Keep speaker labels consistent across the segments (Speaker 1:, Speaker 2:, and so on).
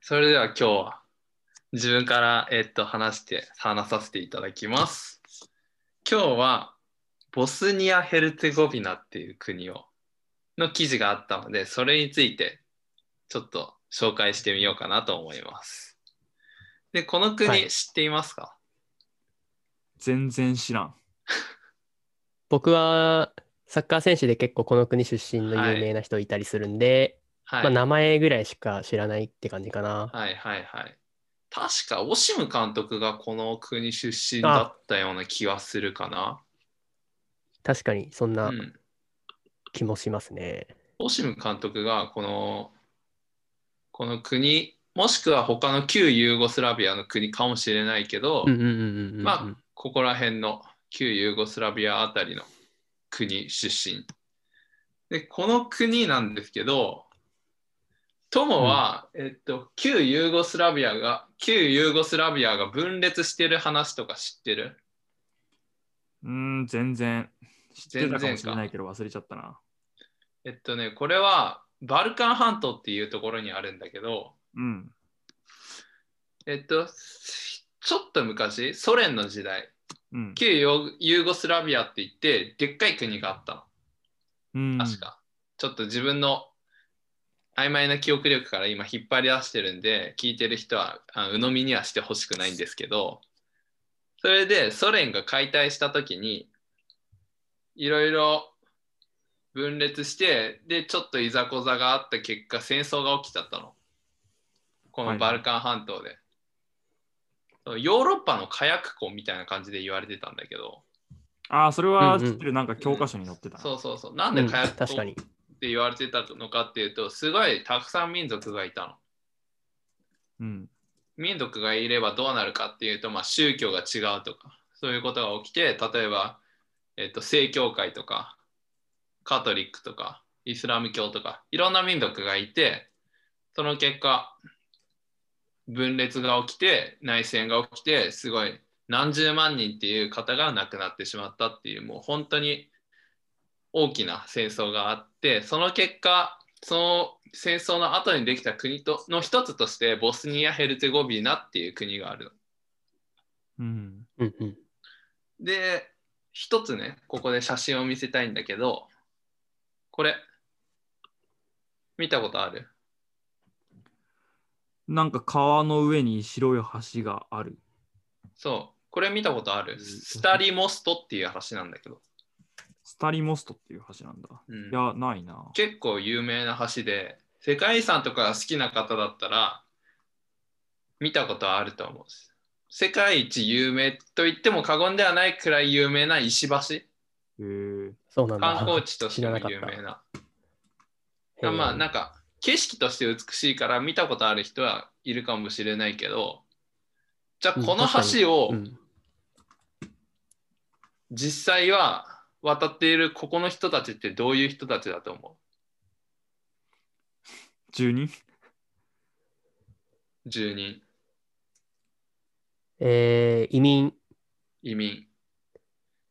Speaker 1: それでは今日は自分から、えっと、話して、話させていただきます。今日はボスニア・ヘルツェゴビナっていう国を、の記事があったので、それについてちょっと紹介してみようかなと思います。で、この
Speaker 2: は
Speaker 1: 国
Speaker 2: い
Speaker 1: 知っていますか、
Speaker 2: 全然知らん。
Speaker 3: 僕はサッカー選手で結構この国出身の
Speaker 1: はい
Speaker 3: 有名な人いたりするんで、
Speaker 1: はい、
Speaker 3: まあ、名前ぐらいしか知らないって感じかな。
Speaker 1: はいはいはい。確か、オシム監督がこの国出身だったような気がするかな。
Speaker 3: 確かにそんな
Speaker 1: うん。
Speaker 3: 気もしますね。
Speaker 1: オシム監督がこの、この国、もしくは他の旧ユーゴスラビアの国かもしれないけど、
Speaker 3: うんうんうんうんうん。
Speaker 1: まあここら辺の旧ユーゴスラビアあたりの国出身。で、この国なんですけど、友は、えっと、旧ユーゴスラビアが、旧ユーゴスラビアが分裂してる話とか知ってる
Speaker 2: うーん、全然。知ってたかもしれ
Speaker 1: 全然
Speaker 2: ない
Speaker 1: か
Speaker 2: けど忘れちゃったな。
Speaker 1: えっとね、これはバルカン半島っていうところにあるんだけど、
Speaker 2: うん。
Speaker 1: えっと、ちょっと昔、ソ連の時代、
Speaker 2: うん。
Speaker 1: 旧ユーユーゴスラビアって言って、でっかい国があったの。
Speaker 2: うん、
Speaker 1: 確か。ちょっと自分の曖昧な記憶力から今引っ張り出してるんで、聞いてる人はあ鵜呑みにはしてほしくないんですけど、それでソ連が解体した時に、いろいろ分裂して、で、ちょっといざこざがあった結果、戦争が起きちゃったの。このバルカン半島で。ヨーロッパの火薬庫みたいな感じで言われてたんだけど、
Speaker 2: ああ、それ
Speaker 3: う
Speaker 2: は
Speaker 3: ん
Speaker 2: 知
Speaker 3: う
Speaker 2: っ
Speaker 3: ん
Speaker 2: てる。なんか教科書に載ってたな。
Speaker 1: そうそうそう。なん
Speaker 3: う
Speaker 1: で
Speaker 3: ん
Speaker 1: 火薬庫
Speaker 3: 確かに。
Speaker 1: って言われてたのかっていうとすごいたくさん民族がいたの。
Speaker 2: うん。
Speaker 1: 民族がいればどうなるかっていうと、まあ、宗教が違うとかそういうことが起きて例えば、えっと、正教会とかカトリックとかイスラム教とかいろんな民族がいてその結果分裂が起きて内戦が起きてすごい何十万人っていう方が亡くなってしまったっていうもう本当に大きな戦争があってその結果その戦争の後にできた国との一つとしてボスニア・ヘルツェゴビナっていう国があるの。
Speaker 2: うん。
Speaker 3: うんうん。
Speaker 1: で一つねここで写真を見せたいんだけどこれ見たことある
Speaker 2: なんか川の上に白い橋がある。
Speaker 1: そうこれ見たことあ
Speaker 2: うん
Speaker 1: るスタリモストっていう橋なんだけど、
Speaker 2: スタリモストっていう橋なんだ。
Speaker 1: うん
Speaker 2: いや、ないな。
Speaker 1: 結構有名な橋で世界遺産とかが好きな方だったら見たことはあると思うし世界一有名と言っても過言ではないくらい有名な石橋
Speaker 2: へえ。
Speaker 3: そうなんだ。
Speaker 1: 観光地としても
Speaker 3: 知
Speaker 1: 有
Speaker 3: らなか
Speaker 1: 名
Speaker 3: っ
Speaker 1: な
Speaker 3: へー
Speaker 1: まあなんか景色として美しいから見たことある人はいるかもしれないけどじゃあ
Speaker 3: うん
Speaker 1: この
Speaker 3: 確かに
Speaker 1: 橋を
Speaker 3: うん
Speaker 1: 実際は渡っているここの人たちってどういう人たちだと思
Speaker 2: 住人
Speaker 1: う住人
Speaker 3: えー移民。
Speaker 1: 移民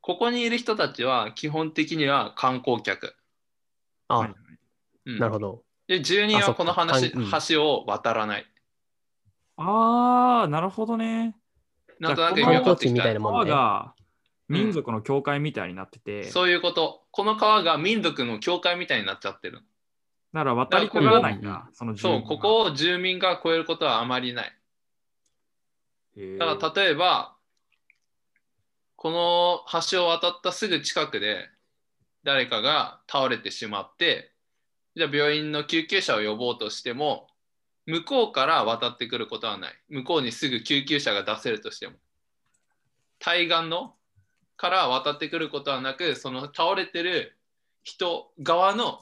Speaker 1: ここにいる人たちは基本的には観光客、
Speaker 3: あ、
Speaker 2: はい
Speaker 1: うん
Speaker 3: なるほど。
Speaker 1: で住人
Speaker 3: あ
Speaker 1: は
Speaker 3: そっか
Speaker 1: この話、
Speaker 3: かんうん
Speaker 1: 橋を渡らない
Speaker 2: ああ、なるほどね。
Speaker 1: なんとなく
Speaker 2: じ
Speaker 1: 意
Speaker 2: ゃあ
Speaker 1: 味分か
Speaker 3: 観光
Speaker 1: って
Speaker 3: 地
Speaker 1: き
Speaker 3: みた
Speaker 1: た
Speaker 3: いなも
Speaker 2: 川
Speaker 3: んね。
Speaker 2: が民族の境界みたいになってて、
Speaker 1: そういうことこの川が民族の境界みたいになっちゃってる
Speaker 2: なら渡り込まないんだ。その住
Speaker 1: そ
Speaker 2: 民
Speaker 1: う
Speaker 2: が
Speaker 1: ここを住民が越えることはあまりない
Speaker 2: へえ
Speaker 1: だから例えばこの橋を渡ったすぐ近くで誰かが倒れてしまってじゃあ病院の救急車を呼ぼうとしても向こうから渡ってくることはない向こうにすぐ救急車が出せるとしても対岸のから渡ってくることはなくその倒れてる人側の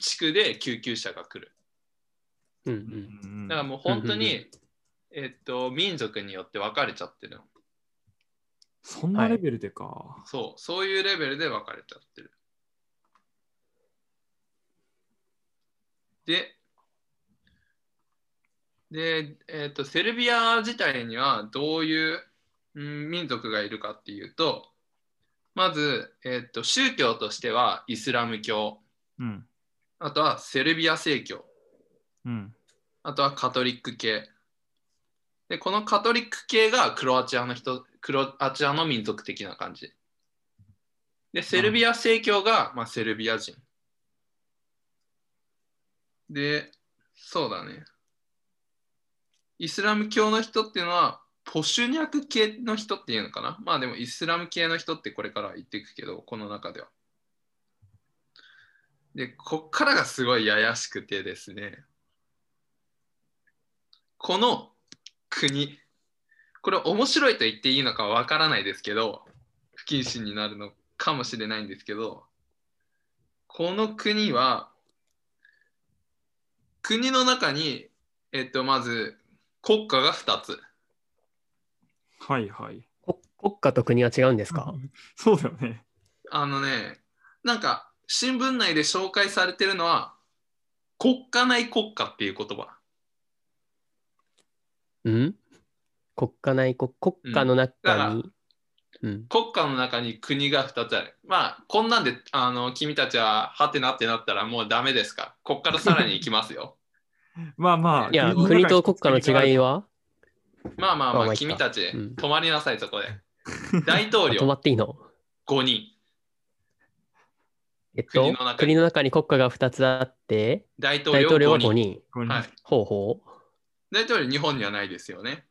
Speaker 1: 地区で救急車が来る
Speaker 3: うんう
Speaker 2: うん
Speaker 3: ん。
Speaker 2: うん
Speaker 1: だからもう本当
Speaker 3: うん
Speaker 1: に、えっと、民族によって分かれちゃってるの。
Speaker 2: そんなレベルでか。
Speaker 1: そう、そういうレベルで分かれちゃってる。で、で、えっと、セルビア自体にはどういう、うん、民族がいるかっていうと、まず、えっと、宗教としてはイスラム教、
Speaker 2: うん。
Speaker 1: あとはセルビア正教、
Speaker 2: うん。
Speaker 1: あとはカトリック系。で、このカトリック系がクロアチアの人、クロアチアの民族的な感じ。で、セルビア正教が、まあ、セルビア人。で、そうだね。イスラム教の人っていうのは、ポシュニャク系の人っていうのかなまあでもイスラム系の人ってこれから言っていくけど、この中では。で、こっからがすごいややしくてですね。この国、これ面白いと言っていいのかわからないですけど、不謹慎になるのかもしれないんですけど、この国は、国の中に、えっと、まず国家が2つ。
Speaker 2: はいはい。
Speaker 3: こ国家と国は違うんですか、
Speaker 2: そうだよね。
Speaker 1: あのね、なんか新聞内で紹介されてるのは、国家内国家っていう言葉。
Speaker 3: うん国家内国、国家の
Speaker 1: だから
Speaker 3: 中に。うん。
Speaker 1: 国家の中に国が2つある。まあ、こんなんで、あの、君たちは、はてなってなったらもうダメですから、こっからさらに行きます よ。
Speaker 2: まあまあ。
Speaker 3: いや、
Speaker 1: 国の
Speaker 3: 国と国家の違い
Speaker 2: い。
Speaker 3: は
Speaker 1: まあまあ
Speaker 3: まあ
Speaker 1: ま
Speaker 3: ま
Speaker 1: あ、
Speaker 3: あいいか
Speaker 1: 君たち、
Speaker 3: うん
Speaker 1: 止まりなさい、そこ で。大
Speaker 3: あ
Speaker 1: 統
Speaker 3: 止ま
Speaker 1: 領
Speaker 3: っていいの
Speaker 1: 5人、
Speaker 3: えっと、
Speaker 1: 国
Speaker 3: 国
Speaker 1: の
Speaker 3: の
Speaker 1: 中に
Speaker 3: 中に国家が2つあって、
Speaker 1: 大統
Speaker 3: 大
Speaker 1: 領
Speaker 3: 統領
Speaker 1: 5
Speaker 3: は
Speaker 1: 人。
Speaker 3: 5人。
Speaker 1: はい、
Speaker 3: ほうほ
Speaker 1: 大統領、日本にはないですよね。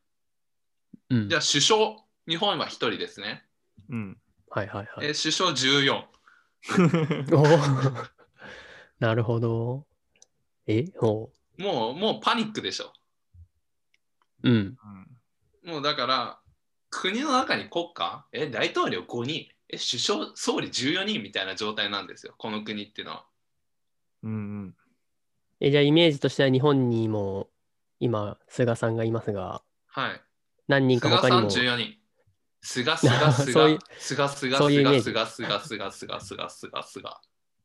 Speaker 3: う。うん
Speaker 1: じゃ。あ、首相、日本は1人ですね。
Speaker 2: うん。
Speaker 3: はいはいは
Speaker 1: え
Speaker 3: い。
Speaker 1: ー首相14。
Speaker 3: おー なるほど。えほ
Speaker 1: もう、もうパニックでしょ。
Speaker 3: う。うん。
Speaker 1: もうだから、国の中に国家、え、大統領5人、え、首相、総理14人みたいな状態なんですよ、この国っていうのは。
Speaker 2: うんうん。
Speaker 3: え、じゃあイメージとしては日本にも今、菅さんがいますが、
Speaker 1: はい。
Speaker 3: 何人か
Speaker 1: 菅
Speaker 3: 他
Speaker 1: さ
Speaker 3: に
Speaker 1: ん
Speaker 3: も。
Speaker 1: 14人。菅菅
Speaker 3: そうい
Speaker 1: 菅菅
Speaker 3: う
Speaker 1: 菅
Speaker 3: そういうイメ
Speaker 1: 菅
Speaker 3: ージ
Speaker 1: 菅菅菅菅菅菅菅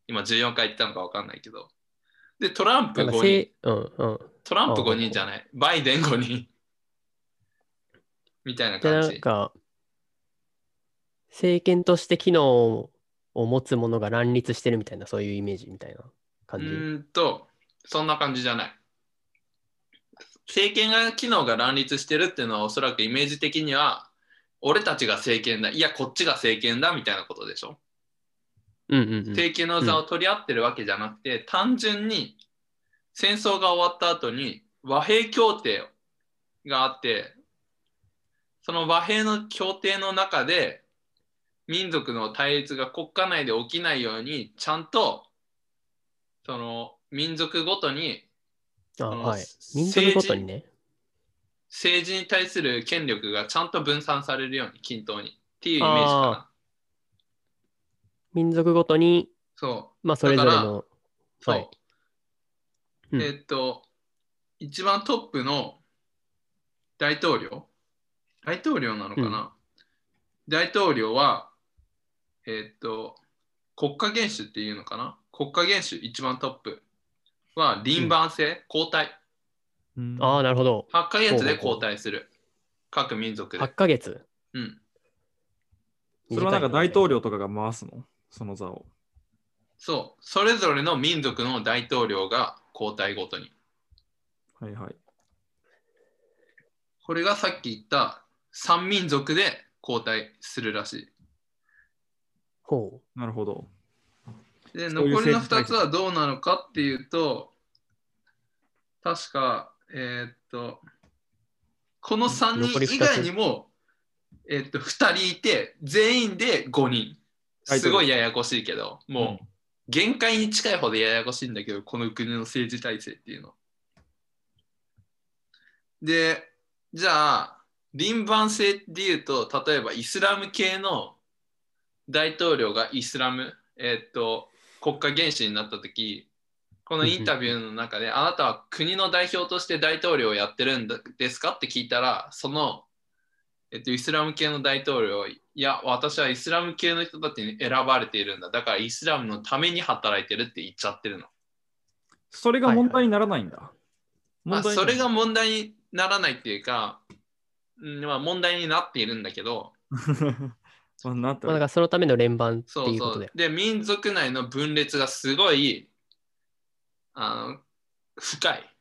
Speaker 1: 今14回言ったのか分かんないけど。で、トランプ
Speaker 3: なん
Speaker 1: 5
Speaker 3: か
Speaker 1: 人。
Speaker 3: せうんうん。
Speaker 1: トランプ
Speaker 3: あ
Speaker 1: 5人じゃない。バイデン5人。みたいな
Speaker 3: で、
Speaker 1: 感
Speaker 3: なん
Speaker 1: じ。
Speaker 3: か、政権として機能を持つものが乱立してるみたいな、そういうイメージみたいな
Speaker 1: う
Speaker 3: 感じ。
Speaker 1: ーんと、そんな感じじゃない。政権が機能が乱立してるっていうのはおそらくイメージ的には、俺たちが政権だ、いや、こっちが政権だみたいなことでしょ。
Speaker 3: うんうんうん。
Speaker 1: 政権の座を取り合ってるわけじゃなくて、単純に戦争が終わった後に和平協定があってその和平の協定の中で民族の対立が国家内で起きないようにちゃんとその民族ごとに
Speaker 3: あ
Speaker 1: うん
Speaker 3: はい。民
Speaker 1: 政治
Speaker 3: 族ごとにね。
Speaker 1: 政治に対する権力がちゃんと分散されるように均等にっていうイメージかな。
Speaker 3: 民族ごとに、
Speaker 1: そう
Speaker 3: まあ、それぞれ
Speaker 1: だ
Speaker 3: の。
Speaker 1: そう。
Speaker 3: はいうん
Speaker 1: えーっと、一番トップの大統領大統領なのかな、大統領は、えーっと、国家元首っていうのかな国家元首一番トップは輪番制、交代。
Speaker 2: うん
Speaker 3: ああ、なるほど。
Speaker 1: 8ヶ月で
Speaker 3: ほうほうほう
Speaker 1: 交代する。各民族で
Speaker 3: 8。ヶ月。
Speaker 1: うん。
Speaker 2: それはなんか大統
Speaker 3: 領。
Speaker 2: 領とかが回すのその座を。
Speaker 1: そう。それぞれの民族の大統領が交代ごとに。
Speaker 2: はいはい。
Speaker 1: これがさっき言った3民族で交代するらしい。
Speaker 3: ほ
Speaker 2: なるほど。
Speaker 1: で
Speaker 2: そういう
Speaker 1: 残りの
Speaker 2: 政治体
Speaker 1: 2つ
Speaker 2: 制
Speaker 1: はどうなのかっていうと確かえーっとこの3
Speaker 3: 残り二つ
Speaker 1: 人以外にも、えーっと2人いて全員で5人
Speaker 2: はい
Speaker 1: すごいややこしいけどもう限界に近いほどややこしいんだけどこの国の政治体制っていうの。でじゃあ輪番制でいうと例えばイスラム系の大統領がイスラム、えーっと国家元首になった時このインタビューの中 であなたは国の代表として大統領をやってるんですかって聞いたらその、えっとイスラム系の大統領はいや私はイスラム系の人たちに選ばれているんだだからイスラムのために働いてるって言っちゃってるの、
Speaker 2: それが問題にならないんだ。
Speaker 1: まあ、
Speaker 2: 問題に
Speaker 1: それが
Speaker 2: な
Speaker 1: 問題にならないっていうか、うんまあ、問題になっているんだけど
Speaker 2: まあなっ
Speaker 3: う。
Speaker 2: た
Speaker 3: まあ、だからそのための連番って
Speaker 1: そう
Speaker 3: いう
Speaker 1: そ
Speaker 3: こと
Speaker 1: う
Speaker 3: で。
Speaker 1: で民族内の分裂がすごいあの深い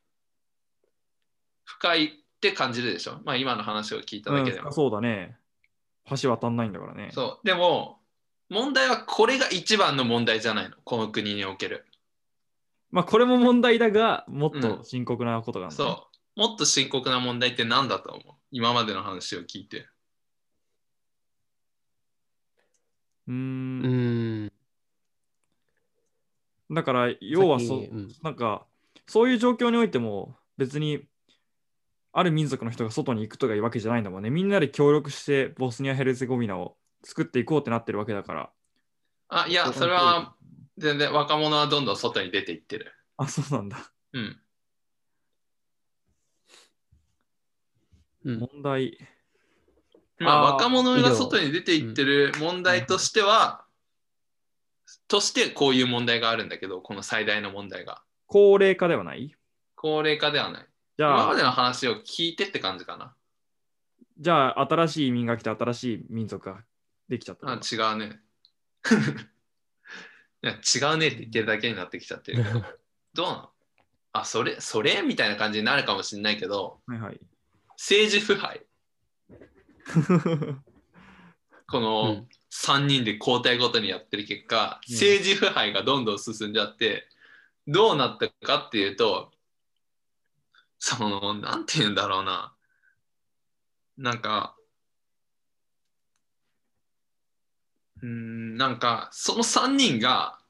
Speaker 1: 深いって感じるでしょ。まあ今の話を聞いた
Speaker 2: う
Speaker 1: だ
Speaker 2: ん
Speaker 1: けでも。
Speaker 2: 深そうだね。橋渡んないんだからね。
Speaker 1: そう。でも、問題はこれが一番の問題じゃないの。この国における。
Speaker 2: まあこれも問題だが、もっ
Speaker 1: う
Speaker 2: と深刻なことがある、
Speaker 1: そう。もっと深刻な問題って何だと思う今までの話を聞いて。
Speaker 2: う。う
Speaker 3: う
Speaker 2: ー。
Speaker 3: んん。
Speaker 2: だから要は
Speaker 3: さっ
Speaker 2: そ
Speaker 3: きうん
Speaker 2: なんかそういう状況においても別にある民族の人が外に行くとかいうわけじゃないんだもんねみんなで協力してボスニア・ヘルツェゴビナを作っていこうってなってるわけだから
Speaker 1: あ、いや、それは全然若者はどんどん外に出ていってる。
Speaker 2: あそうなんだ
Speaker 1: うん。
Speaker 3: うん
Speaker 2: 問題
Speaker 1: まあ、
Speaker 2: あー
Speaker 1: 若者が外に出ていってる問題としては、としてこういう問題があるんだけど、この最大の問題が。
Speaker 2: 高齢化ではない
Speaker 1: 高齢化ではない。
Speaker 2: じ
Speaker 1: 今
Speaker 2: ゃ
Speaker 1: ま
Speaker 2: あ
Speaker 1: での話を聞いてって感じかな。
Speaker 2: じゃあ新しい移民が来て新しい民族ができちゃった
Speaker 1: あ違うね。 いや違うねって言ってるだけになってきちゃって るけど。どうなのあ、それ、それみたいな感じになるかもしれないけど、
Speaker 2: はいはい
Speaker 1: 政治腐敗。こ
Speaker 3: う
Speaker 1: の
Speaker 3: ん
Speaker 1: 3人で交代ごとにやってる結果、
Speaker 2: うん
Speaker 1: 政治腐敗がどんどん進んじゃってどうなったかっていうとそのなんて言うんだろうななんかうーんなんかその3人が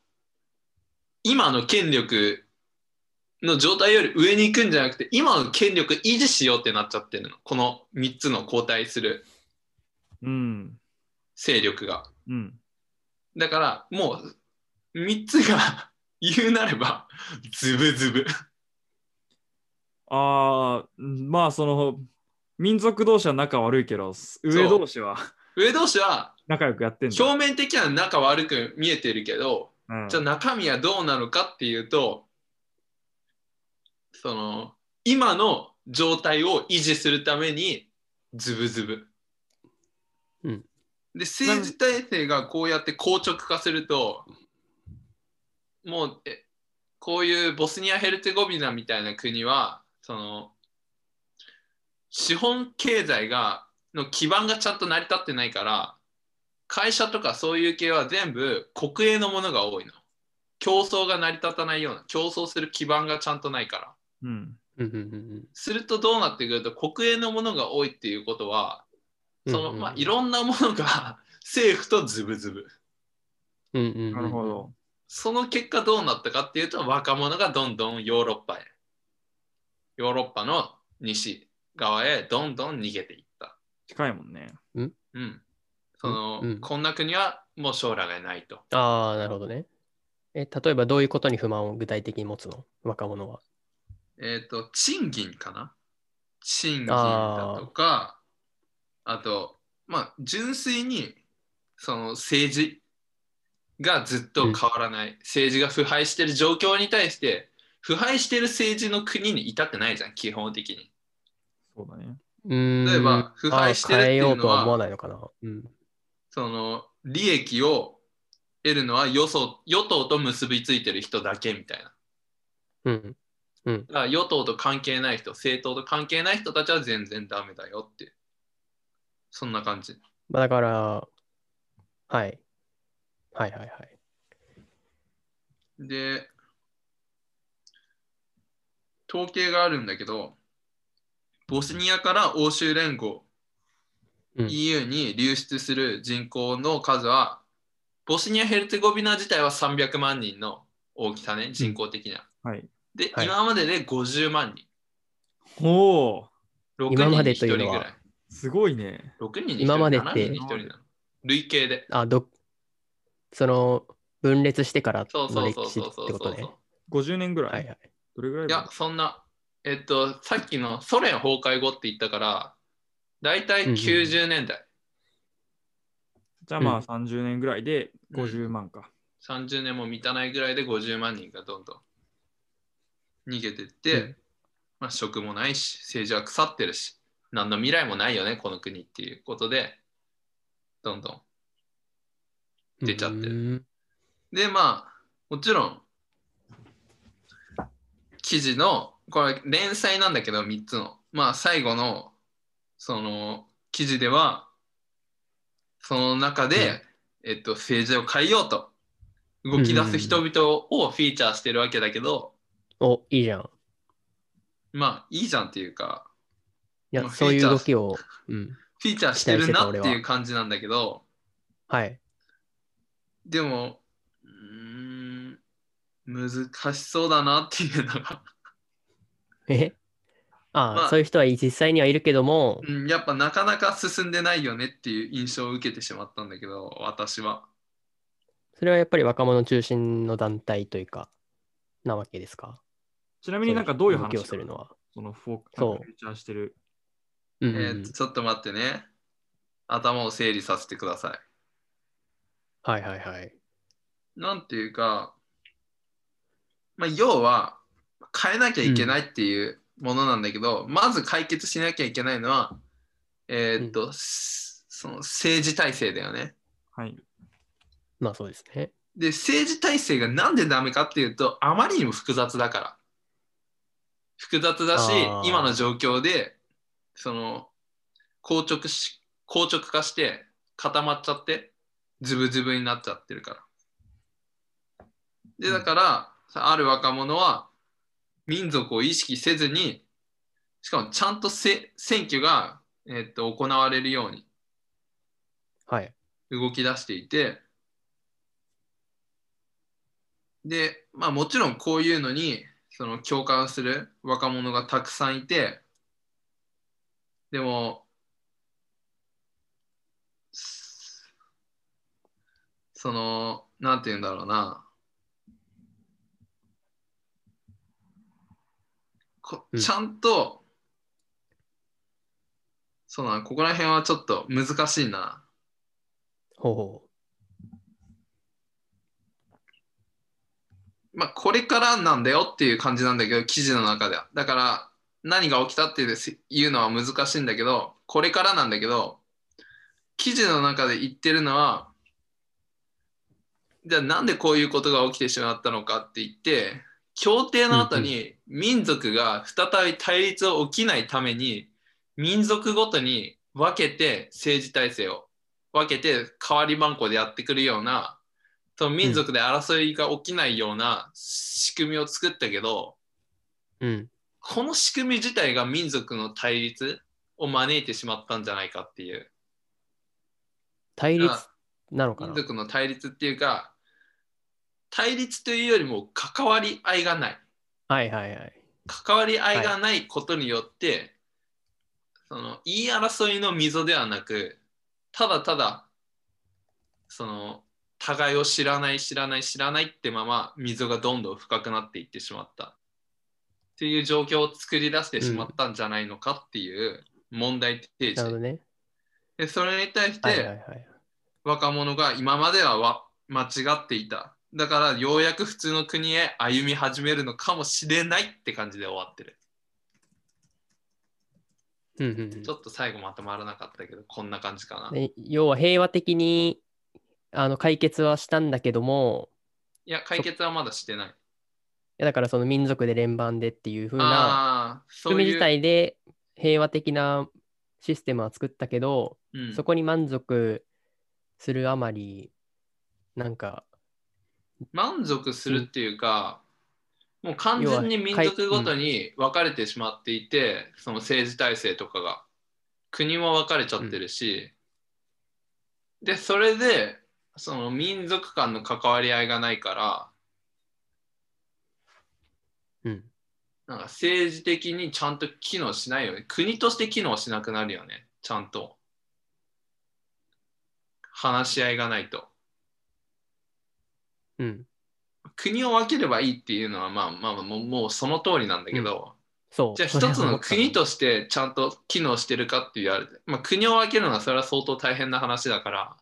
Speaker 1: 今の権力の状態より上に行くんじゃなくて今の権力維持しようってなっちゃってるのこの3つの交代する
Speaker 2: うん
Speaker 1: 勢力が。
Speaker 2: うん
Speaker 1: だからもう3つが 言うなれば ズブズブ。
Speaker 2: ああまあその民族同士は仲悪いけど上同士は
Speaker 1: 上同士は
Speaker 2: 仲良くやってんだ、
Speaker 1: 表面的には仲悪く見えてるけど、
Speaker 2: うん
Speaker 1: じゃあ中身はどうなのかっていうとその今の状態を維持するためにズブズブ。
Speaker 3: うん
Speaker 1: で政治体制がこうやって硬直化するともうえこういうボスニア・ヘルツェゴビナみたいな国はその資本経済がの基盤がちゃんと成り立ってないから会社とかそういう系は全部国営のものが多いの競争が成り立たないような競争する基盤がちゃんとないから
Speaker 2: うん
Speaker 3: うんうんうん
Speaker 1: するとどうなってくると国営のものが多いっていうことは
Speaker 3: うん。
Speaker 1: その、まあ、いろんなものが 政府とズブズブ
Speaker 3: うんうんうん。
Speaker 2: なるほど。
Speaker 1: その結果どうなったかっていうと若者がどんどんヨーロッパへヨーロッパの西側へどんどん逃げていった
Speaker 2: 近いもんね。
Speaker 1: うん。その、
Speaker 3: うん
Speaker 1: こんな国はもう将来がないと。
Speaker 3: ああ、なるほどね。え、例えばどういうことに不満を具体的に持つの若者は。
Speaker 1: えっ、と、賃金かな賃金だとか、あと、まあ、純粋に、その政治がずっと変わらない、政治が腐敗してる状況に対して、腐敗してる政治の国に至ってないじゃん、基本的に。
Speaker 2: そうだね。
Speaker 3: 例
Speaker 1: えば腐敗してるっていうのは
Speaker 3: 変えようとは思わないのかな。うん。
Speaker 1: その、利益を得るのは与党与党と結びついてる人だけみたいな。
Speaker 3: うん。
Speaker 1: だから与党と関係ない人、政党と関係ない人たちは全然ダメだよって。そんな感じ。
Speaker 3: まあだから、はい。はいはいはい。
Speaker 1: で、統計があるんだけど、ボスニアから欧州連合、
Speaker 3: うん
Speaker 1: EU に流出する人口の数は、ボスニア・ヘルツェゴビナ自体は300万人の大きさね、人口的な。
Speaker 2: はい。
Speaker 1: で、
Speaker 3: はい
Speaker 1: 今までで50万人。
Speaker 2: おお、
Speaker 1: 6
Speaker 3: 今
Speaker 1: 人に1
Speaker 3: までとい
Speaker 1: 人
Speaker 3: う
Speaker 1: ぐ
Speaker 3: のは
Speaker 1: らい。
Speaker 2: すごいね。
Speaker 1: 6人に1人
Speaker 3: 今までって
Speaker 1: 7人に1人なの。累計で。
Speaker 3: あ、ど、その、分裂してから
Speaker 1: そう
Speaker 3: の
Speaker 1: そう
Speaker 3: 歴
Speaker 1: そう
Speaker 3: 史っ
Speaker 1: そう
Speaker 3: て
Speaker 1: そう
Speaker 3: こと
Speaker 1: そう
Speaker 3: ね。
Speaker 2: 50年ぐらい。
Speaker 3: はいはい。
Speaker 2: どれぐらい
Speaker 1: いや、そんな、えっと、さっきのソ連崩壊後って言ったから、大体
Speaker 3: うんうん
Speaker 1: 90年代、
Speaker 2: じゃあま
Speaker 3: う
Speaker 2: あ
Speaker 3: ん
Speaker 2: 30年ぐらいで
Speaker 1: うん
Speaker 2: 50万か。
Speaker 1: 30年も満たないぐらいで50万人がどんどん逃げてって、
Speaker 3: うん
Speaker 1: まあ、職もないし、政治は腐ってるし、何の未来もないよね、この国っていうことで、どんどん。出ちゃってる
Speaker 3: うん
Speaker 1: で、まあ、もちろん、記事のこれ連載なんだけど3つのまあ最後のその記事ではその中で、えっと、政治を変えようと動き出す人々をフィーチャーしてるわけだけど、
Speaker 3: お、いいじゃん。い
Speaker 1: まあいいじゃんっていうかま
Speaker 3: や、
Speaker 1: あ
Speaker 3: そうい
Speaker 1: フィーチ
Speaker 3: う
Speaker 1: ャー
Speaker 3: 動きを、うん。
Speaker 1: フィーチャーしてるなって
Speaker 3: 期待してた俺
Speaker 1: いう
Speaker 3: は
Speaker 1: 感じなんだけど
Speaker 3: はい。
Speaker 1: でもうーん難しそうだなっていうのが、
Speaker 3: え あ、
Speaker 1: まあ
Speaker 3: そういう人は実際にはいるけども、
Speaker 1: うん、やっぱなかなか進んでないよねっていう印象を受けてしまったんだけど私は
Speaker 3: それはやっぱり若者中心の団体というか、なわけですか
Speaker 2: ちなみになんかどういう
Speaker 3: 動きを
Speaker 2: 話
Speaker 3: するのは。
Speaker 2: そのフォーク
Speaker 3: そう
Speaker 2: フューチャーしてる。
Speaker 3: うんうん
Speaker 1: えーとちょっと待ってね。頭を整理させてくださ
Speaker 3: はいはいはい。
Speaker 1: い。なんていうか、まあ、要は変えなきゃいけないっていうものなんだけど、まず解決しなきゃいけないのは、えーっと、すその政治体制だよね。
Speaker 2: はい。
Speaker 3: まあそうですね。
Speaker 1: で、政治体制がなんでダメかっていうと、あまりにも複雑だから。複雑だし
Speaker 3: あ、ー
Speaker 1: 今の状況で、その、硬直し、硬直化して、固まっちゃって、ズブズブになっちゃってるから。で、だから、さある若者は、民族を意識せずに、しかもちゃんとせ選挙が、えっと行われるように
Speaker 3: はい。
Speaker 1: 動き出していてでまあもちろんこういうのにその共感する若者がたくさんいてでもすそのなんて言うんだろうなこ
Speaker 3: うん
Speaker 1: ちゃんと、そうだなここら辺はちょっと難しいな
Speaker 3: ほうほう。
Speaker 1: まあ、これからなんだよっていう感じなんだけど記事の中ではだから何が起きたっていうせ言うのは難しいんだけどこれからなんだけど記事の中で言ってるのはじゃあなんでこういうことが起きてしまったのかって言って協定の後に民族が再び対立を起きないために民族ごとに分けて政治体制を分けて代わり番号でやってくるようなその民族で争いが起きないような仕組みを作ったけど、
Speaker 3: うん。
Speaker 1: この仕組み自体が民族の対立を招いてしまったんじゃないかっていう
Speaker 3: 対立なのかな
Speaker 1: 民。族の対立っていうか対立というよりも関わり合いがない
Speaker 3: はいはいはい。
Speaker 1: 関わり合いがないことによって、その言い争いの溝ではなくただただその互いを知らない知らない知らないってまま溝がどんどん深くなっていってしまったっていう状況を作り出してしまったんじゃないのかっていう問題提
Speaker 3: な
Speaker 1: 示、
Speaker 3: るほどね。
Speaker 1: でそれに対して、
Speaker 3: はいはいはい。
Speaker 1: 若者が今まではわ間違っていただからようやく普通の国へ歩み始めるのかもしれないって感じで終わってる
Speaker 3: うんうんうん
Speaker 1: ちょっと最後まとまらなかったけどこんな感じかな、
Speaker 3: で要は平和的にあの解決はしたんだけども、
Speaker 1: いや解決はまだしてない
Speaker 3: いやだからその民族で連番でっていう風な
Speaker 1: ああー
Speaker 3: 仕
Speaker 1: そう
Speaker 3: 組み
Speaker 1: い
Speaker 3: 自
Speaker 1: う、
Speaker 3: 体で平和的なシステムは作ったけど、
Speaker 1: うん、
Speaker 3: そこに満足するあまりなんか
Speaker 1: 満足するっていうか、もう完全に民族ごとに分かれてしまっていて、その政治体制とかが国も分かれちゃってるし、でそれでその民族間の関わり合いがないから
Speaker 3: うん
Speaker 1: なんか政治的にちゃんと機能しないよね。国として機能しなくなるよね。ちゃんと。話し合いがないと。
Speaker 3: うん
Speaker 1: 国を分ければいいっていうのは、まあまあ、もうもうその通りなんだけど、
Speaker 3: そう
Speaker 1: じゃあ
Speaker 3: それは
Speaker 1: 一つ
Speaker 3: 思
Speaker 1: の
Speaker 3: った
Speaker 1: 国としてちゃんと機能してるかって言われて、まあ、国を分けるのはそれは相当大変な話だから、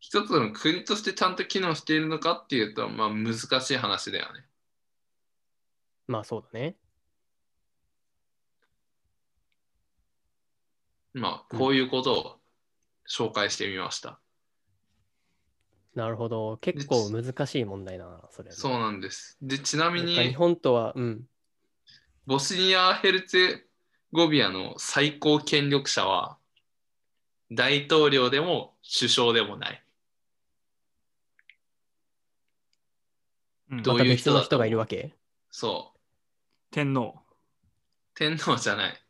Speaker 1: 一つの国としてちゃんと機能しているのかっていうと、まあ難しい話だよね。
Speaker 3: まあそうだね
Speaker 1: まあこういうことを紹介してみました。
Speaker 3: なるほど結構難しい問題だなそれはね
Speaker 1: そうなんです。で、ちなみ
Speaker 3: なんか日
Speaker 1: に、
Speaker 3: 本とはうん
Speaker 1: ボスニア・ヘルツェゴビアの最高権力者は大統領でも首相でもない。
Speaker 2: うん
Speaker 1: どう
Speaker 3: ま
Speaker 1: いう
Speaker 3: た別の人がいるわけ
Speaker 1: そう。
Speaker 2: 天皇。
Speaker 1: 天皇じゃない。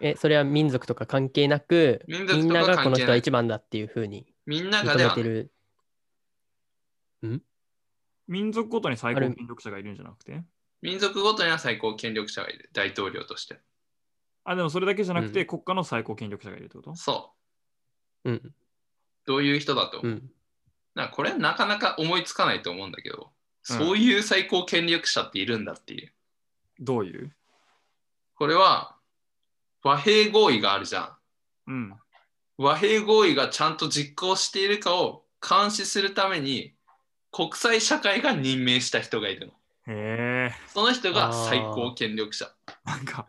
Speaker 3: え、それは民族とか関係なく、
Speaker 1: 民
Speaker 3: み
Speaker 1: 族
Speaker 3: ん
Speaker 1: と
Speaker 3: な
Speaker 1: か
Speaker 3: がこ
Speaker 1: 関
Speaker 3: の
Speaker 1: 係
Speaker 3: 人
Speaker 1: な。
Speaker 3: はい一番だっていうふうに
Speaker 1: みんなが
Speaker 3: 認
Speaker 1: で
Speaker 3: め
Speaker 1: は
Speaker 3: て
Speaker 1: ない。
Speaker 3: る。
Speaker 2: 民族ごとに最高
Speaker 3: ある
Speaker 2: 権力者がいるんじゃなくて
Speaker 1: 民族ごとには最高権力者がいる。大統領として。
Speaker 2: あ、でもそれだけじゃなく
Speaker 3: う
Speaker 2: て、国家の最高権力者がいるってこと
Speaker 1: そう。
Speaker 3: うん。
Speaker 1: どういう人だと思
Speaker 3: う
Speaker 1: う、
Speaker 3: ん。
Speaker 1: なんかこれなかなか思いつかないと思うんだけど、そういう最高権力者っているんだっていう。
Speaker 2: どういう
Speaker 1: これは和平合意があるじゃん。
Speaker 2: うん。
Speaker 1: 和平合意がちゃんと実行しているかを監視するために国際社会が任命した人がいるの。
Speaker 2: へえ、
Speaker 1: その人が最高権力者。
Speaker 2: なんか、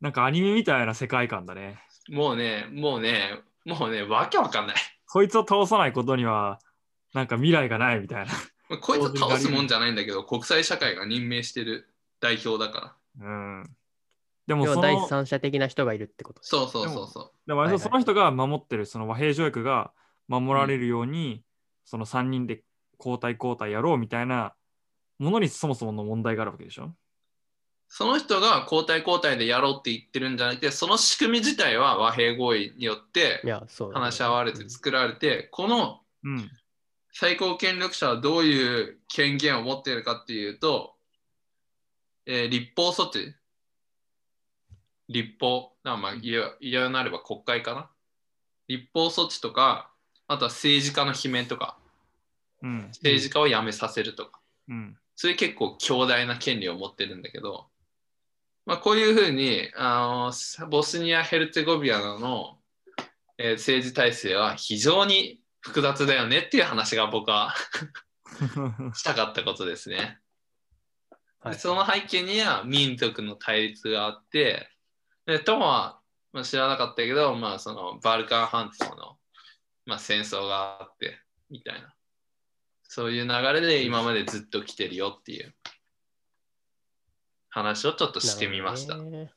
Speaker 2: なんかアニメみたいな世界観だね。
Speaker 1: もうね、もうね、もうね、わけわかんない。
Speaker 2: こいつを倒さないことには、なんか未来がないみたい
Speaker 1: まあこいつ倒すもんじゃないんだけど、国際社会が任命してる代表だから。
Speaker 2: な。うん。でも
Speaker 3: 要
Speaker 2: そ
Speaker 3: は
Speaker 2: の、
Speaker 3: 第三者的な人がいるってこと。
Speaker 1: そうそうそうそう。
Speaker 2: でもあれ
Speaker 3: はいは
Speaker 2: さ
Speaker 3: い
Speaker 2: その人が守ってるその和平条約が守られるように、その3人で交代交代やろうみたいなものにそもそもの問題があるわけでしょ
Speaker 1: その人が交代交代でやろうって言ってるんじゃなくて、その仕組み自体は和平合意によって
Speaker 3: いや、そうだね。
Speaker 1: 話し合われて作られて、この
Speaker 2: うん。
Speaker 1: 最高権力者はどういう権限を持っているかっていうと、えー立法措置。立法。だからまあ、いや、いやなれば国会かな。立法措置とか、あとは政治家の罷免とか、
Speaker 2: うん。
Speaker 1: 政治家を辞めさせるとか。
Speaker 2: うん。
Speaker 1: それ結構強大な権利を持ってるんだけど、まあ、こういうふうにあのボスニア・ヘルツェゴビアの、えー政治体制は非常に複雑だよねっていう話が僕はしたかったことですね。
Speaker 3: はい
Speaker 1: でその背景には民族の対立があって、でトモは、まあ、知らなかったけど、まあ、そのバルカン半島の、まあ、戦争があってみたいな、そういう流れで今までずっと来てるよっていう話をちょっとしてみました。
Speaker 3: なるほどね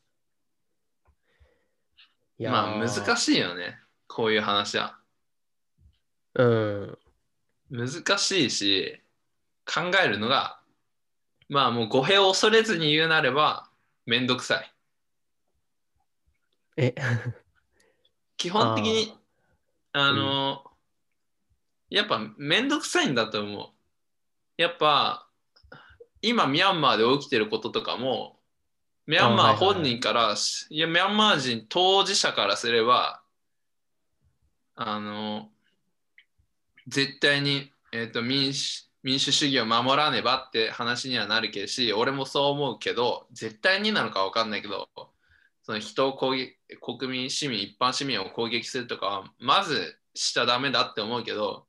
Speaker 3: いや
Speaker 1: まあ難
Speaker 3: しい。
Speaker 1: しいよね、こういう話は。
Speaker 3: うん。
Speaker 1: 難しいし考えるのがまあもう語弊を恐れずに言うなればめんどくさい
Speaker 3: え、
Speaker 1: 基本的にあの、やっぱめんどくさいんだと思うやっぱ今ミャンマーで起きてることとかもミャンマー本人からし、いやミャンマー人当事者からすればあの絶対に、えー、と民主民主主義を守らねばって話にはなるけどし俺もそう思うけど絶対になのか分かんないけどその人を攻撃国民市民一般市民を攻撃するとかはまずしちゃダメだって思うけど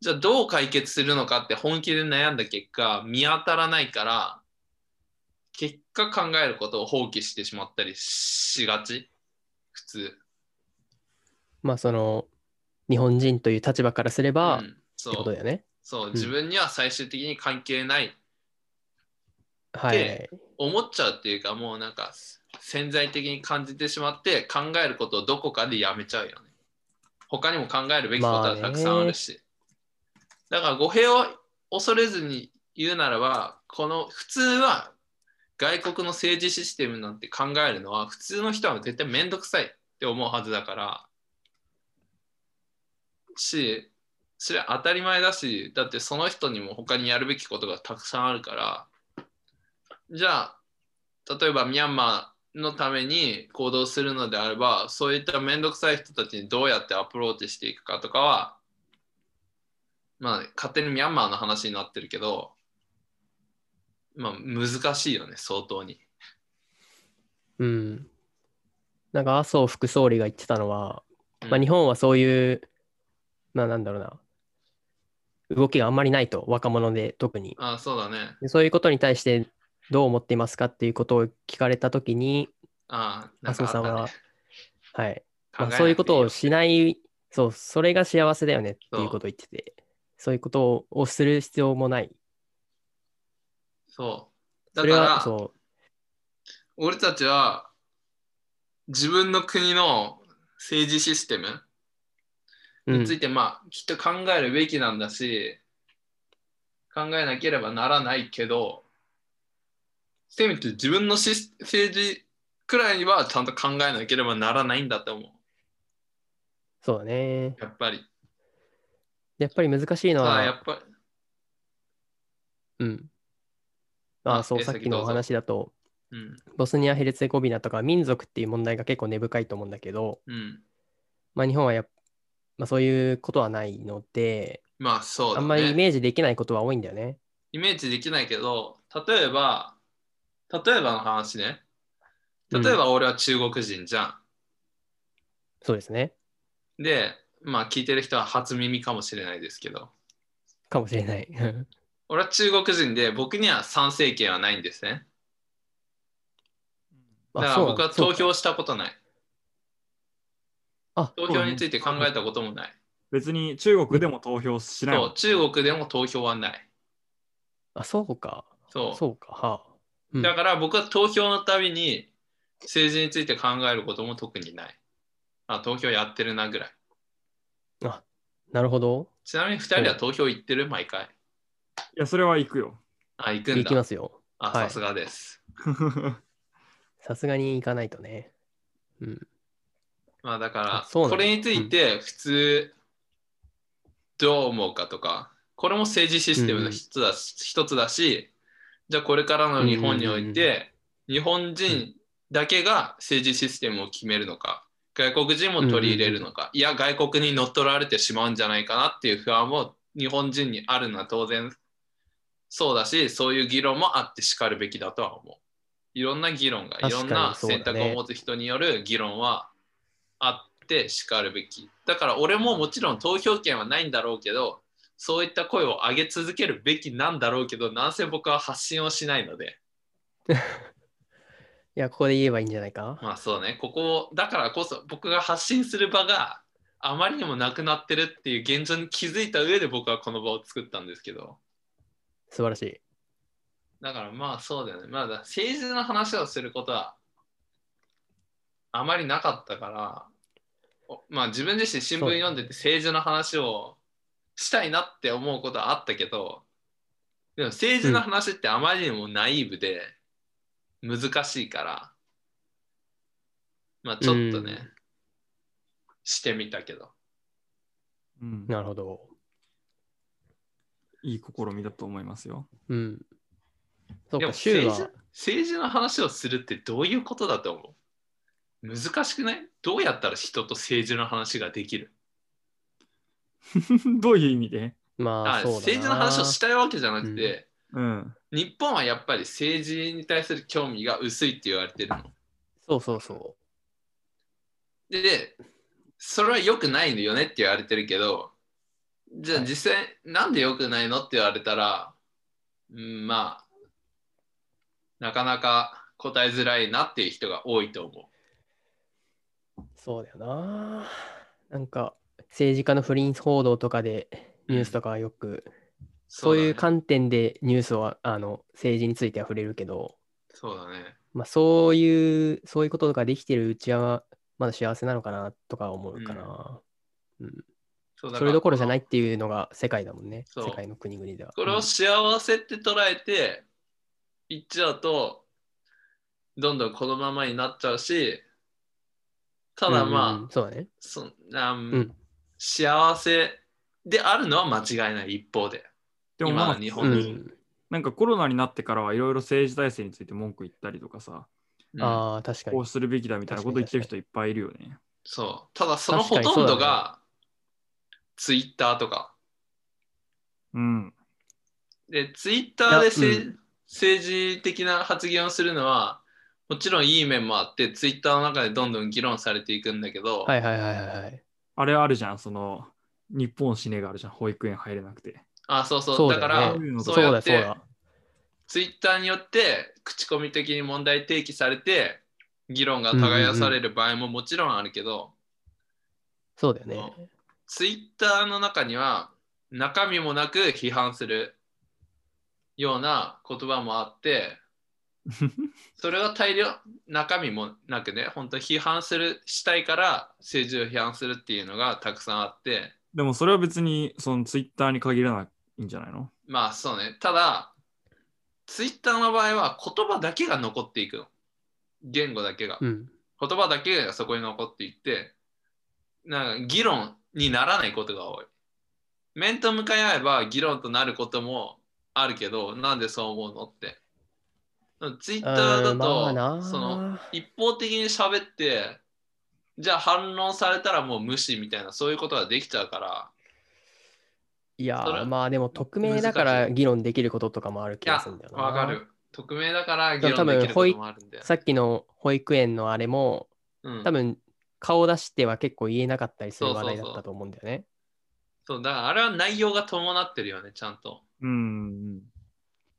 Speaker 1: じゃあどう解決するのかって本気で悩んだ結果見当たらないから結果考えることを放棄してしまったりしがち普通。
Speaker 3: まあその、日本人という立場からすれば、
Speaker 1: う
Speaker 3: っ
Speaker 1: んそ
Speaker 3: てことだ
Speaker 1: う
Speaker 3: よね。
Speaker 1: そう、
Speaker 3: ん
Speaker 1: 自分には最終的に関係ない
Speaker 3: はいはい、
Speaker 1: で思っちゃうっていうかもうなんか潜在的に感じてしまって考えることをどこかでやめちゃうよね。他にも考えるべきこと
Speaker 3: まあ
Speaker 1: は
Speaker 3: ね
Speaker 1: たくさんあるし。だから語弊を恐れずに言うならばこの普通は外国の政治システムなんて考えるのは普通の人は絶対めんどくさいって思うはずだからしそれは当たり前だしだってその人にも他にやるべきことがたくさんあるからじゃあ例えばミャンマーのために行動するのであればそういった面倒くさい人たちにどうやってアプローチしていくかとかはまあ勝手にミャンマーの話になってるけどまあ難しいよね相当に。
Speaker 3: うん。なんか麻生副総理が言ってたのは、ま
Speaker 1: う
Speaker 3: あ、
Speaker 1: ん
Speaker 3: 日本はそういう、まあ、なんだろうな、動きがあんまりないと、若者で特に。
Speaker 1: ああそうだね。
Speaker 3: でそういうことに対してどう思っていますかっていうことを聞かれたときに、
Speaker 1: ああな
Speaker 3: 麻
Speaker 1: んか
Speaker 3: 生さん
Speaker 1: あ
Speaker 3: は
Speaker 1: ったね、
Speaker 3: はい、
Speaker 1: 考え
Speaker 3: まあ
Speaker 1: なくて
Speaker 3: そういうことを
Speaker 1: よ
Speaker 3: しない、そう、それが幸せだよねっていうことを言ってて、そういうことをする必要もない。
Speaker 1: そう。だ
Speaker 3: そ
Speaker 1: か
Speaker 3: れは、
Speaker 1: ら、
Speaker 3: そ
Speaker 1: 俺たちは自分の国の政治システム
Speaker 3: う。うん
Speaker 1: について、まあきっと考えるべきなんだし考えなければならないけどせめて自分のシス政治くらいはちゃんと考えなければならないんだと思
Speaker 3: そうだ
Speaker 1: う
Speaker 3: ね。
Speaker 1: やっぱり
Speaker 3: やっぱり難しいの
Speaker 1: さあや
Speaker 3: は、
Speaker 1: っぱり
Speaker 3: うん。あ
Speaker 1: あ
Speaker 3: あ、そう、
Speaker 1: え
Speaker 3: さっ
Speaker 1: 先
Speaker 3: きの
Speaker 1: どう
Speaker 3: お
Speaker 1: ぞ
Speaker 3: 話だと、
Speaker 1: うん
Speaker 3: ボスニア・ヘルツェゴビナとか民族っていう問題が結構根深いと思うんだけど、
Speaker 1: うん
Speaker 3: まあ、日本はやっ、まあ、そういうことはないので、
Speaker 1: まあそう
Speaker 3: あ
Speaker 1: だ、ね、
Speaker 3: んまりイメージできないことは多いんだよね。
Speaker 1: イメージできないけど例えば例えばの話ね例えば俺は中国人じゃん
Speaker 3: そうですね。
Speaker 1: で、まあ聞いてる人は初耳かもしれないですけど、
Speaker 3: かもしれない。
Speaker 1: 俺は中国人で僕には参政権はないんですね。だから僕は投票
Speaker 3: し
Speaker 1: したことない。
Speaker 3: あ、
Speaker 1: 投票につ
Speaker 3: い
Speaker 1: いて考えたこともない。
Speaker 2: 別に中国でも投票しない
Speaker 1: そ
Speaker 2: もん
Speaker 1: う、中国でも投票はない。
Speaker 3: あ、そうか。
Speaker 1: そう。
Speaker 3: そうか。はあ。うん
Speaker 1: だから僕は投票のたびに政治について考えることも特にない。あ、投票やってるなぐらい。
Speaker 3: なるほど。
Speaker 1: ちなみに2人は投票行ってる毎回。
Speaker 2: いや、それは行く よ。
Speaker 1: あ、行くん
Speaker 3: 行きま
Speaker 1: だ。
Speaker 3: すよ。
Speaker 1: あ、
Speaker 3: はい
Speaker 1: さすがです。
Speaker 3: さすがに行かないとね。うん。
Speaker 1: まあだ
Speaker 3: あ
Speaker 1: か
Speaker 3: そ
Speaker 1: ら、
Speaker 3: うなん
Speaker 1: こ
Speaker 3: だ
Speaker 1: れについて普通どう思うかとか、これも政治システムの一つだし、一つだしじゃあこれからの日本において、日本人だけが政治システムを決めるのか、外国人も取り入れるのか、いや、外国に乗っ取られてしまうんじゃないかなっていう不安も日本人にあるのは当然そうだし、そういう議論もあってしかるべきだとは思う。いろんな議論が、い
Speaker 3: 確か
Speaker 1: ろ
Speaker 3: に
Speaker 1: んな
Speaker 3: そうだ
Speaker 1: 選
Speaker 3: ね
Speaker 1: 択を持つ人による議論はあってしかるべき。だから俺ももちろん投票権はないんだろうけど、そういった声を上げ続けるべきなんだろうけど、なんせ僕は発信をしないので、
Speaker 3: いや、ここで言えばいいんじゃないか。
Speaker 1: まあそうね、ここを、だからこそ僕が発信する場があまりにもなくなってるっていう現状に気づいた上で僕はこの場を作ったんですけど、
Speaker 3: 素晴らしい。
Speaker 1: だからまあそうだよね、まあだから政治の話をすることはあまりなかったから、おまあ自分自身新聞読んでて政治の話をしたいなって思うことはあったけど、でも政治の話ってあまりにもナイーブで難しいから、まあちょっとね、
Speaker 3: うん
Speaker 1: してみたけど。
Speaker 2: うん、
Speaker 3: なるほど。
Speaker 2: いい試みだと思いますよ。
Speaker 3: うん。そう
Speaker 1: でも
Speaker 3: か、州
Speaker 1: 政治
Speaker 3: は。
Speaker 1: 政治の話をするってどういうことだと思う難しくないどうやったら人と政治の話ができる
Speaker 2: どういう意味で
Speaker 3: ま
Speaker 1: あ
Speaker 3: あ、そうだな。
Speaker 1: 政治の話をしたいわけじゃなくて、
Speaker 2: うん。
Speaker 1: 日本はやっぱり政治に対する興味が薄いって言われてるの。
Speaker 3: そうそうそ
Speaker 1: で、それは良くないよねって言われてるけど、じゃあ
Speaker 3: はい
Speaker 1: 実際、なんで良くないのって言われたら、うん、まあ、なかなか答えづらいなっていう人が多いと思う。
Speaker 3: う。そうだよな。なんか、政治家の不倫報道とかで、ニュースとかはよく、そういう観点でニュースは、あの、政治については触れるけど、
Speaker 1: そうだね。
Speaker 3: まあ、そういう、そういうことができてるうちは、まだ幸せなのかなとか思うかな。
Speaker 1: そうだ。
Speaker 3: それどころじゃないいっていうのが世界だもんね。
Speaker 1: そう
Speaker 3: 世界の国々では。
Speaker 1: これを幸せって捉えて、いっちゃうと、どんどんこのままになっちゃうし、ただまあ、
Speaker 3: うんうんうんそうだね。
Speaker 1: そあん
Speaker 3: うん
Speaker 1: 幸せであるのは間違いない一方で。
Speaker 2: でも
Speaker 1: 今
Speaker 2: ま
Speaker 1: の
Speaker 2: あ、
Speaker 1: 日
Speaker 3: う
Speaker 1: 本人
Speaker 3: ん。
Speaker 2: なんかコロナになってからはいろいろ政治体制について文句言ったりとかさ、
Speaker 1: うん
Speaker 3: ああ、確か
Speaker 2: こ
Speaker 3: に
Speaker 2: う。するべきだみたいなこと言ってる人いっぱいいるよね。
Speaker 1: そう。ただそのほ
Speaker 3: 確かに
Speaker 1: とんど
Speaker 3: そう
Speaker 1: が、ツイッターとか。
Speaker 2: うん。
Speaker 1: で、ツイッターでせ、
Speaker 3: いやう
Speaker 1: 政治的な発言をするのは、もちろんいい面もあって、ツイッターの中でどんどん議論されていくんだけど、
Speaker 3: はいはいはいはいはい。
Speaker 2: あれあるじゃん、その、日本死ねがあるじゃん、保育園入れなくて。
Speaker 1: あ、そうそう。
Speaker 3: そうだ
Speaker 1: だ
Speaker 3: よ
Speaker 1: から
Speaker 3: ね
Speaker 2: そういう、のと
Speaker 1: そ
Speaker 3: そうう
Speaker 1: や
Speaker 3: だ
Speaker 1: っ
Speaker 3: そう
Speaker 1: て
Speaker 3: だ、。
Speaker 1: ツイッターによって、口コミ的に問題提起されて、議論が耕される場合ももちろんあるけど、
Speaker 3: そうだよね。
Speaker 1: ツイッターの中には、中身もなく批判するような言葉もあって、それは大量、中身もなくね、本当批判する、したいから政治を批判するっていうのがたくさんあって、
Speaker 2: でもそれは別にそのツイッターに限らないんじゃないの
Speaker 1: まあそうね、ただ、ツイッターの場合は言葉だけが残っていくの。言語だけが。
Speaker 3: うん。
Speaker 1: 言葉だけがそこに残っていって、なんか議論にならないことが多い。面と向かい合えば議論となることもあるけど、なんでそう思うのって。ツイッターだ
Speaker 3: うんまあ
Speaker 1: と、
Speaker 3: な
Speaker 1: その一方的に喋って、じゃあ反論されたらもう無視みたいな、そういうことができちゃうから、
Speaker 3: いや
Speaker 1: それ
Speaker 3: ー、まあでも匿名だから議論できることとかもある
Speaker 1: い
Speaker 3: 気が
Speaker 1: や
Speaker 3: するんだよ、な。
Speaker 1: わか。る。匿名だから議
Speaker 3: でも多
Speaker 1: 論
Speaker 3: 分
Speaker 1: できることもあるんで。
Speaker 3: さっきの保育園のあれも、
Speaker 1: うん
Speaker 3: 多分顔出しては結構言えなかったりする話題だ
Speaker 1: そうそうそう
Speaker 3: ったと思うんだよね。
Speaker 1: そう、だからあれは内容が伴ってるよね、ちゃんと。
Speaker 2: うん。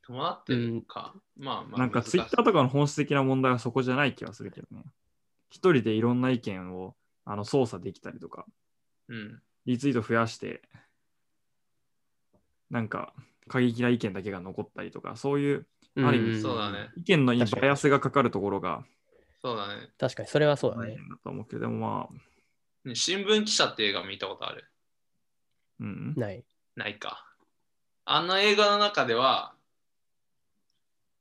Speaker 1: 伴ってるか。まあまあ。
Speaker 2: なんかツイッター
Speaker 1: か。
Speaker 2: とかの本質的な問題はそこじゃない気がするけどね。一人でいろんな意見をあの操作できたりとか、
Speaker 1: うん。
Speaker 2: リツイート増やして、なんか過激な意見だけが残ったりとか、そういうある意味
Speaker 3: ん
Speaker 1: そうだね。
Speaker 2: 意見のに
Speaker 3: 確かに
Speaker 2: バイアスがかかるところが
Speaker 1: そうだね。
Speaker 3: 確かに、それはそうだ
Speaker 2: 大
Speaker 3: ね。
Speaker 2: 変だと思うけど、でもまあ、
Speaker 1: ね新聞記者って映画見たことある
Speaker 2: うん。
Speaker 3: ない。
Speaker 1: ないか。あの映画の中では、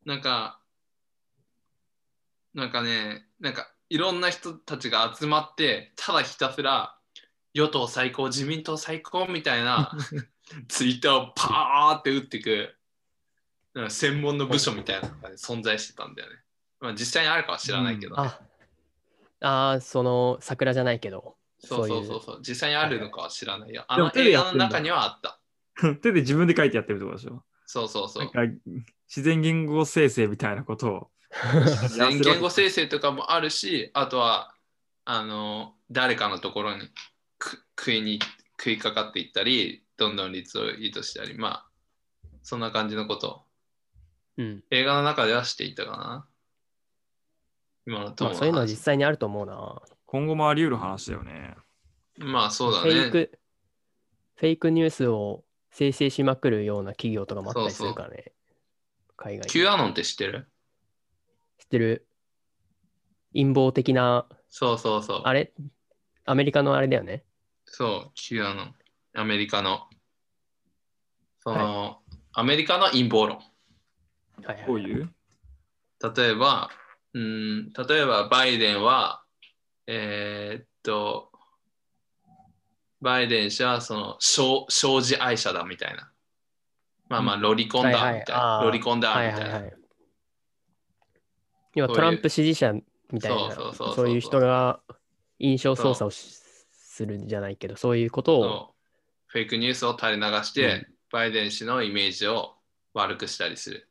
Speaker 1: なんか、なんかね、なんかいろんな人たちが集まって、ただひたすら、与党最高、自民党最高みたい なツイッターをパーって打っていく、なんか専門の部署みたいなのがね、存在してたんだよね。まあ実際にあるかは知らないけど、
Speaker 3: あ、あーその桜じゃないけど。
Speaker 1: そうそう
Speaker 3: そ
Speaker 1: そう
Speaker 3: いう
Speaker 1: そう、実際にあるのかは知らないよ。あ
Speaker 2: で
Speaker 1: の
Speaker 2: も手で
Speaker 1: 映
Speaker 2: や
Speaker 1: 画
Speaker 2: って
Speaker 1: の
Speaker 2: んだ
Speaker 1: 中にはあった。
Speaker 2: 手で自分で書いてやってるってことでしょ。
Speaker 1: そうそうそ
Speaker 2: な。
Speaker 1: うん
Speaker 2: か自然言語生成みたいなことを。
Speaker 1: 全言語生成とかもあるし、あとは、あの、誰かのところにく食いに食いかかっていったり、どんどん率を意図したり、まあ、そんな感じのことを
Speaker 3: うん。
Speaker 1: 映画の中ではしていたかな。今のと
Speaker 3: ま
Speaker 1: もの
Speaker 3: あ、そういうのは
Speaker 1: 話
Speaker 3: 実際にあると思うな。
Speaker 2: 今後もあり得る話だよね。
Speaker 1: まあ、そうだ
Speaker 3: フェイ
Speaker 1: ね。
Speaker 3: ク、フェイクニュースを生成しまくるような企業とかもあったりするからね。海外に
Speaker 1: Q アノンって知ってる
Speaker 3: 知ってる陰謀的な、
Speaker 1: そうそうそう。
Speaker 3: あれアメリカのあれだよね。
Speaker 1: そう、Q アノン。アメリカの。その、アメリカの陰謀論。
Speaker 3: はい
Speaker 2: ど
Speaker 3: は
Speaker 2: う
Speaker 3: い。
Speaker 2: いう
Speaker 1: 例えば、うーん、例えばバイデンは、えーっと、バイデン氏はその障障子愛者だみたいな。まあまあ、ロリコンだみ
Speaker 3: は
Speaker 1: た
Speaker 3: い
Speaker 1: い
Speaker 3: はい
Speaker 1: な。
Speaker 3: あー
Speaker 1: ロリコンだみ
Speaker 3: は
Speaker 1: たい
Speaker 3: い
Speaker 1: な。
Speaker 3: はいはい。要
Speaker 1: そ
Speaker 3: は
Speaker 1: ういう
Speaker 3: トランプ支持者みたい
Speaker 1: そう
Speaker 3: な
Speaker 1: そうそうそう、
Speaker 3: そういう人が印象操作をしするんじゃないけど、そういうことを。
Speaker 1: そうフェイクニュースを垂れ流して、バイデン氏のイメージを悪くしたりする。